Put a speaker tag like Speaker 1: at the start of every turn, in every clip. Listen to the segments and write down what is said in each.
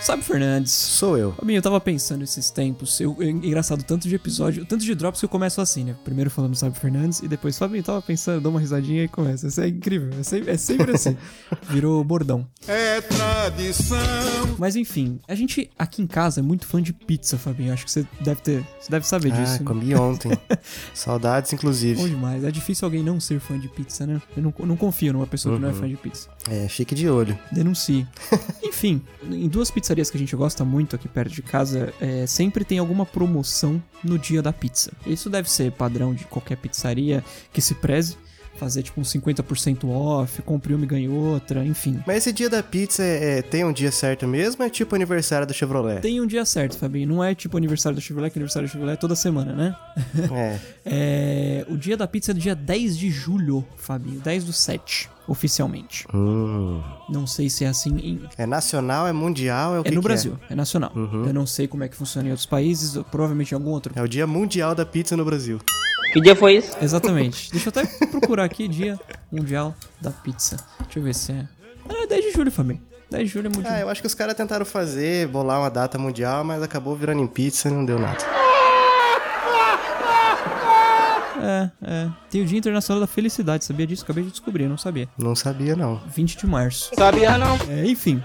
Speaker 1: Sabe Fernandes.
Speaker 2: Sou eu.
Speaker 1: Fabinho, eu tava pensando esses tempos. Eu, eu- engraçado, tanto de episódio, tanto de drops que eu começo assim, né? Primeiro falando Sabe Fernandes e depois, Fabinho, eu tava pensando, dou uma risadinha e começa. Isso é incrível. É sempre, é sempre assim. Virou bordão.
Speaker 3: É tradição.
Speaker 1: Mas enfim, a gente aqui em casa é muito fã de pizza, Fabinho. Acho que você deve ter. Você deve saber disso.
Speaker 2: Ah,
Speaker 1: né?
Speaker 2: comi ontem. Saudades,
Speaker 1: Bom
Speaker 2: inclusive.
Speaker 1: demais. É difícil alguém não ser fã de pizza, né? Eu não, não confio numa pessoa que não é
Speaker 3: Uhum.
Speaker 1: fã de pizza.
Speaker 2: É, fique de olho.
Speaker 1: Denuncie. Enfim, em duas pizzarias que a gente gosta muito aqui perto de casa, é, sempre tem alguma promoção no dia da pizza. Isso deve ser padrão de qualquer pizzaria que se preze. Fazer tipo um 50% off, compre uma e ganhe outra, enfim.
Speaker 2: Mas esse dia da pizza é, é- tem um dia certo mesmo? É tipo aniversário da Chevrolet?
Speaker 1: Tem um dia certo, Fabinho. Não é tipo aniversário da Chevrolet, que aniversário da Chevrolet é toda semana, né?
Speaker 2: É.
Speaker 1: É, o dia da pizza é do dia 10 de julho, Fabinho. 10 do 7, oficialmente.
Speaker 2: Hum.
Speaker 1: Não sei se é assim em
Speaker 2: É nacional, é mundial, é o
Speaker 1: É
Speaker 2: que
Speaker 1: no
Speaker 2: que
Speaker 1: Brasil, é, nacional. Eu não sei como é que funciona em outros países, ou provavelmente em algum outro.
Speaker 2: É? é o dia mundial da pizza no Brasil.
Speaker 4: Que dia foi isso?
Speaker 1: Exatamente. Deixa eu até procurar aqui, dia mundial da pizza. Deixa eu ver se é. Ah, 10 de julho, família. 10 de julho é mundial.
Speaker 2: Ah, eu acho que os caras tentaram fazer, bolar uma data mundial, mas acabou virando em pizza e não deu nada.
Speaker 1: É, é. Tem o Dia Internacional da Felicidade, sabia disso? Acabei de descobrir, não sabia.
Speaker 2: Não sabia, não.
Speaker 1: 20 de março.
Speaker 4: Sabia não.
Speaker 1: É, enfim.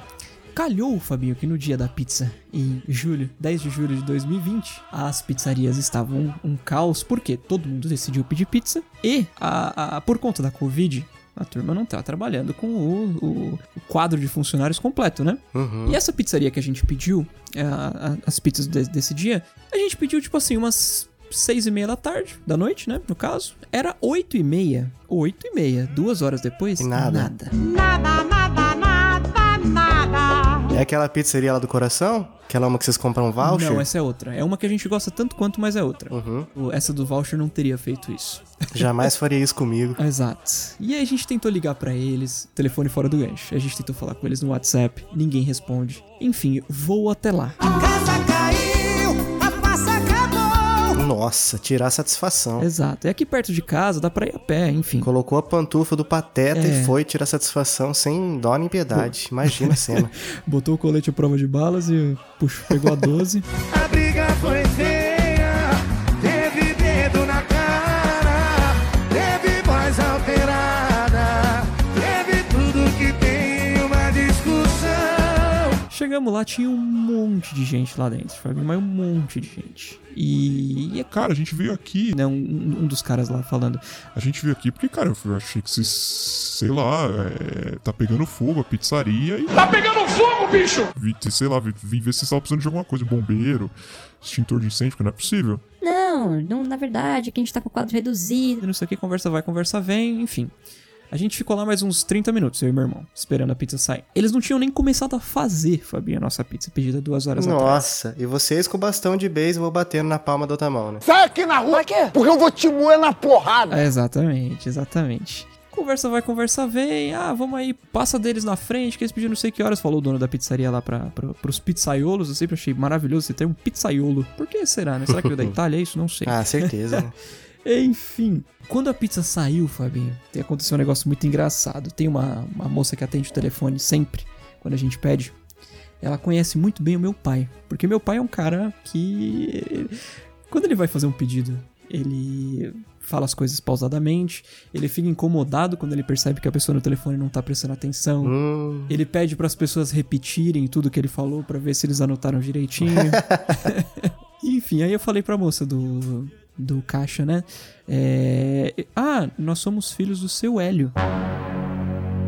Speaker 1: Calhou, Fabinho, que no dia da pizza, em julho, 10 de julho de 2020, as pizzarias estavam um, um caos, porque todo mundo decidiu pedir pizza e, a, a- por conta da Covid, a turma não tá trabalhando com o, o- o quadro de funcionários completo, né? E essa pizzaria que a gente pediu, é, a- a- as pizzas de- desse dia, a gente pediu, tipo assim, umas seis e meia da tarde, da noite, né, no caso. Era oito e meia, oito e meia, duas horas depois,
Speaker 2: Nada.
Speaker 1: nada.
Speaker 5: Nada, nada, nada, nada.
Speaker 2: É aquela pizzaria lá do coração? Aquela uma que vocês compram voucher?
Speaker 1: Não, essa é outra. É uma que a gente gosta tanto quanto, mas é outra.
Speaker 2: Ah, Uhum.
Speaker 1: O- Essa do voucher não teria feito isso.
Speaker 2: Jamais faria isso comigo.
Speaker 1: Exato. E aí a gente tentou ligar pra eles, telefone fora do gancho. A gente tentou falar com eles no WhatsApp, ninguém responde. Enfim, vou até lá.
Speaker 5: Casa caiu, a passa acabou.
Speaker 2: Nossa, tirar a satisfação.
Speaker 1: Exato. É aqui perto de casa, dá pra ir a pé, enfim.
Speaker 2: Colocou a pantufa do pateta
Speaker 1: É.
Speaker 2: e foi tirar satisfação sem dó nem piedade. Imagina a cena.
Speaker 1: Botou o colete à prova de balas e puxou, pegou a 12.
Speaker 3: A briga foi feia, teve dedo na cara, teve voz alterada, teve tudo que tem uma discussão.
Speaker 1: Chegamos lá, tinha um monte de gente lá dentro, Fabinho, mas um monte de gente. E, e é
Speaker 6: Cara, a gente veio aqui.
Speaker 1: né, um- um dos caras lá falando.
Speaker 6: A gente veio aqui porque, cara, eu achei que vocês. Sei lá, é, tá pegando fogo a pizzaria e. Tá pegando fogo, bicho! sei lá, vi- vim ver se vocês estavam precisando de alguma coisa, bombeiro, extintor de incêndio, que não é possível.
Speaker 7: Não, não, na verdade, que a gente tá com o quadro reduzido.
Speaker 1: e não sei o que, conversa vai, conversa vem, enfim. A gente ficou lá mais uns 30 minutos, eu e meu irmão, esperando a pizza sair. Eles não tinham nem começado a fazer, Fabinho, a nossa pizza pedida duas horas atrás.
Speaker 2: Nossa, e vocês com o bastão de beisebol batendo na palma da outra mão, né?
Speaker 3: Sai aqui na rua, porque eu vou te moer na porrada.
Speaker 1: Ah, exatamente, exatamente. Conversa vai, conversa vem. Ah, vamos aí, passa deles na frente, que eles pediram não sei que horas. Falou o dono da pizzaria lá pra, pra, pros pizzaiolos. Eu sempre achei maravilhoso esse termo, pizzaiolo. Por que será, né? Será que veio da Itália? É isso? Não sei.
Speaker 2: Ah, certeza. né?
Speaker 1: Enfim, quando a pizza saiu, Fabinho, tem- aconteceu um negócio muito engraçado. Tem uma, uma moça que atende o telefone sempre, quando a gente pede. Ela conhece muito bem o meu pai. Porque meu pai é um cara que. Quando ele vai fazer um pedido, ele fala as coisas pausadamente, ele fica incomodado quando ele percebe que a pessoa no telefone não tá prestando atenção.
Speaker 2: Hum,
Speaker 1: Ele pede para as pessoas repetirem tudo que ele falou para ver se eles anotaram direitinho. Enfim, aí eu falei pra moça do, do caixa, né? É, ah, nós somos filhos do seu Hélio.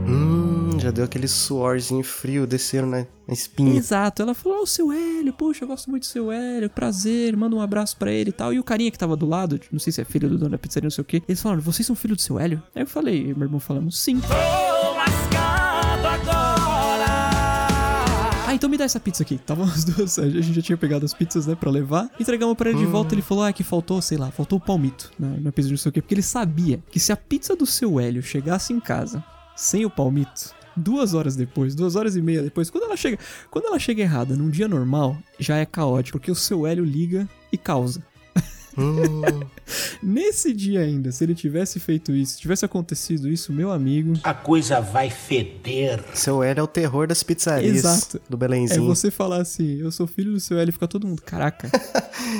Speaker 2: hum, já deu aquele suorzinho frio, desceram na na espinha.
Speaker 1: Exato. Ela falou: Ó, o seu Hélio, poxa, eu gosto muito do seu Hélio, prazer, manda um abraço pra ele e tal. E o carinha que tava do lado, não sei se é filho do dono da pizzaria, não sei o quê, eles falaram: vocês são filho do seu Hélio? Aí eu falei, e meu irmão falamos, sim. Ah, então me dá essa pizza aqui. Estavam as duas, a gente já tinha pegado as pizzas, né, pra levar. Entregamos pra ele de volta, ele falou, ah, que faltou, sei lá, faltou o palmito na, na pizza de não sei o quê. Porque ele sabia que se a pizza do seu Hélio chegasse em casa sem o palmito, duas horas depois, duas horas e meia depois, quando ela chega, quando ela chega errada num dia normal, já é caótico, porque o seu Hélio liga e causa. Nesse dia ainda, se ele tivesse feito isso, se tivesse acontecido isso, meu amigo,
Speaker 4: A coisa vai feder.
Speaker 2: Seu Hélio é o terror das pizzarias
Speaker 1: Exato.
Speaker 2: do
Speaker 1: é
Speaker 2: Belenzinho.
Speaker 1: você falar assim, eu sou filho do seu L e fica todo mundo, caraca.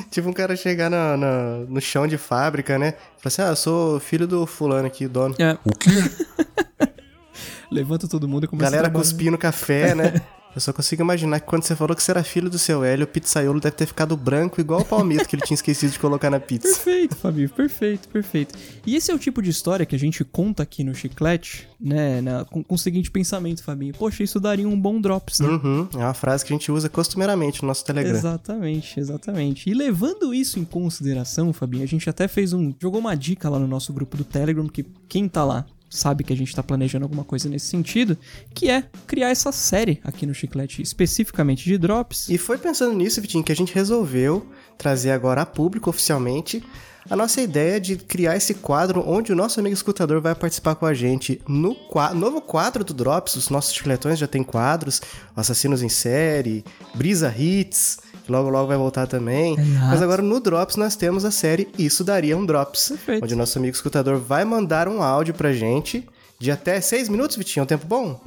Speaker 2: Tipo um cara chegar na- na- no chão de fábrica, né? Falar assim, ah, eu sou filho do fulano aqui, dono.
Speaker 1: É,
Speaker 6: O quê?
Speaker 1: levanta todo mundo e começa
Speaker 2: Galera
Speaker 1: a trabalhar.
Speaker 2: cuspindo café, né? Eu só consigo imaginar que quando você falou que você era filho do seu Hélio, o pizzaiolo deve ter ficado branco igual o palmito que ele tinha esquecido de colocar na pizza.
Speaker 1: Perfeito, Fabinho, perfeito, perfeito. E esse é o tipo de história que a gente conta aqui no Chiclete, né, na- com, com o seguinte pensamento, Fabinho. Poxa, isso daria um bom drops, né?
Speaker 2: Uhum, é uma frase que a gente usa costumeiramente no nosso Telegram.
Speaker 1: Exatamente, exatamente. E levando isso em consideração, Fabinho, a gente até fez um. jogou uma dica lá no nosso grupo do Telegram, que quem tá lá sabe que a gente tá planejando alguma coisa nesse sentido, que é criar essa série aqui no Chiclete, especificamente de drops.
Speaker 2: E foi pensando nisso, Vitinho, que a gente resolveu trazer agora a público oficialmente a nossa ideia de criar esse quadro onde o nosso amigo escutador vai participar com a gente no qua- novo quadro do Drops. Os nossos chicletões já tem quadros, Assassinos em Série, Brisa Hits, que logo logo vai voltar também.
Speaker 1: Exato.
Speaker 2: Mas agora no Drops nós temos a série Isso Daria um Drops,
Speaker 1: Perfeito.
Speaker 2: onde o nosso amigo escutador vai mandar um áudio pra gente de até seis minutos, Vitinho, é um tempo bom?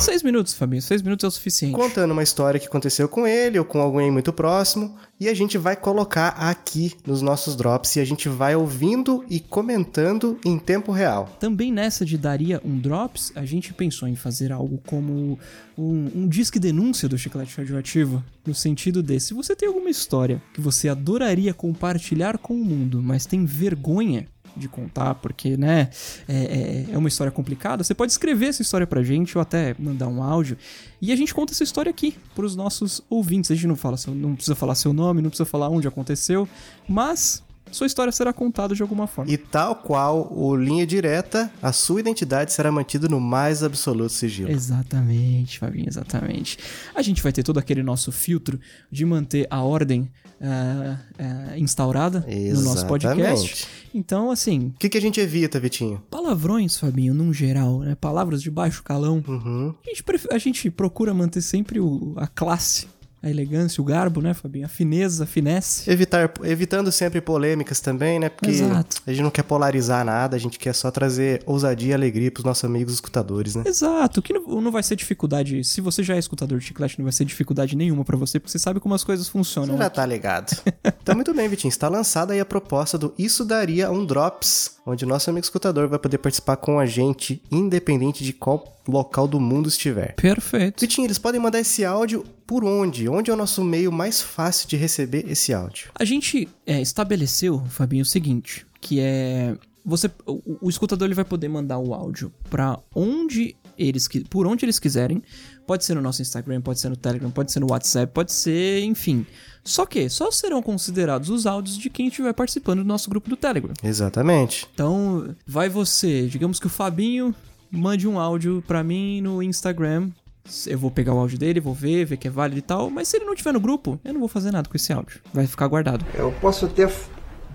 Speaker 1: Seis minutos, Fabinho, seis minutos é o suficiente.
Speaker 2: contando uma história que aconteceu com ele ou com alguém muito próximo. E a gente vai colocar aqui nos nossos drops e a gente vai ouvindo e comentando em tempo real.
Speaker 1: Também nessa de daria um drops, a gente pensou em fazer algo como um, um disque denúncia do chiclete radioativo, no sentido de, se você tem alguma história que você adoraria compartilhar com o mundo, mas tem vergonha de contar, porque, né, é, é- é uma história complicada, você pode escrever essa história pra gente ou até mandar um áudio e a gente conta essa história aqui pros nossos ouvintes. A gente não, fala seu- não precisa falar seu nome, não precisa falar onde aconteceu, mas sua história será contada de alguma forma.
Speaker 2: E tal qual o linha direta, a sua identidade será mantida no mais absoluto sigilo.
Speaker 1: Exatamente, Fabinho, exatamente. A gente vai ter todo aquele nosso filtro de manter a ordem ah, ah, instaurada no nosso podcast.
Speaker 2: Exatamente.
Speaker 1: Então, assim,
Speaker 2: O que, que a gente evita, Vitinho?
Speaker 1: palavrões, Fabinho, num geral, né? Palavras de baixo calão.
Speaker 2: Uhum.
Speaker 1: A, gente pref- a gente procura manter sempre o- a classe, a elegância, o garbo, né, Fabinho? A fineza, a finesse.
Speaker 2: Evitar, evitando sempre polêmicas também, né? Porque
Speaker 1: Exato.
Speaker 2: a gente não quer polarizar nada, a gente quer só trazer ousadia e alegria pros nossos amigos escutadores, né?
Speaker 1: Exato, que não, não vai ser dificuldade. Se você já é escutador de chiclete, não vai ser dificuldade nenhuma pra você, porque você sabe como as coisas funcionam. né?
Speaker 2: Você já tá ligado. então, muito bem, Vitinho. Está lançada aí a proposta do Isso Daria um Drops, onde o nosso amigo escutador vai poder participar com a gente, independente de qual local do mundo estiver.
Speaker 1: Perfeito.
Speaker 2: Vitinho, eles podem mandar esse áudio por onde? Onde é o nosso meio mais fácil de receber esse áudio?
Speaker 1: A gente é, estabeleceu, Fabinho, o seguinte, que é você, o, o escutador ele vai poder mandar o áudio pra onde eles qui- por onde eles quiserem. Pode ser no nosso Instagram, pode ser no Telegram, pode ser no WhatsApp, pode ser, enfim. Só que só serão considerados os áudios de quem estiver participando do nosso grupo do Telegram.
Speaker 2: Exatamente.
Speaker 1: Então, vai você, digamos que o Fabinho mande um áudio pra mim no Instagram. Eu vou pegar o áudio dele, vou ver, ver que é válido e tal, mas se ele não tiver no grupo, eu não vou fazer nada com esse áudio. Vai ficar guardado.
Speaker 8: Eu posso até f-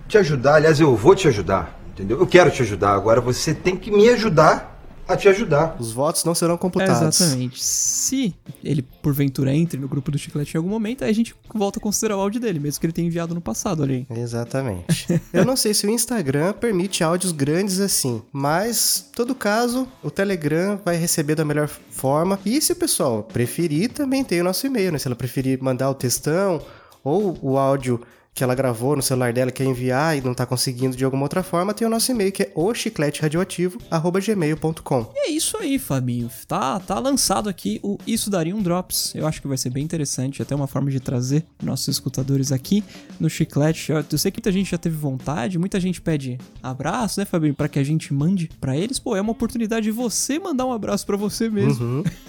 Speaker 8: te ajudar, aliás, eu vou te ajudar, entendeu? Eu quero te ajudar, agora você tem que me ajudar a te ajudar.
Speaker 2: Os votos não serão computados.
Speaker 1: Exatamente. Se ele, porventura, entre no grupo do Chiclete em algum momento, aí a gente volta a considerar o áudio dele, mesmo que ele tenha enviado no passado ali.
Speaker 2: Exatamente. Eu não sei se o Instagram permite áudios grandes assim, mas todo caso, o Telegram vai receber da melhor forma. E se o pessoal preferir, também tem o nosso e-mail, né? Se ela preferir mandar o textão ou o áudio que ela gravou no celular dela quer enviar e não tá conseguindo de alguma outra forma, tem o nosso e-mail que é ochicleteradioativo@gmail.com.
Speaker 1: E é isso aí, Fabinho. Tá, tá lançado aqui o Isso Daria um Drops. Eu acho que vai ser bem interessante, até uma forma de trazer nossos escutadores aqui no Chiclete. Eu, eu sei que muita gente já teve vontade, muita gente pede abraço, né, Fabinho, pra que a gente mande pra eles. Pô, é uma oportunidade de você mandar um abraço pra você mesmo,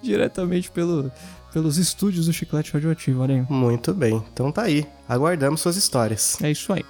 Speaker 1: diretamente pelo, pelos estúdios do Chiclete Radioativo, olha aí.
Speaker 2: Muito bem. Então tá aí. Aguardamos suas histórias.
Speaker 1: É isso aí.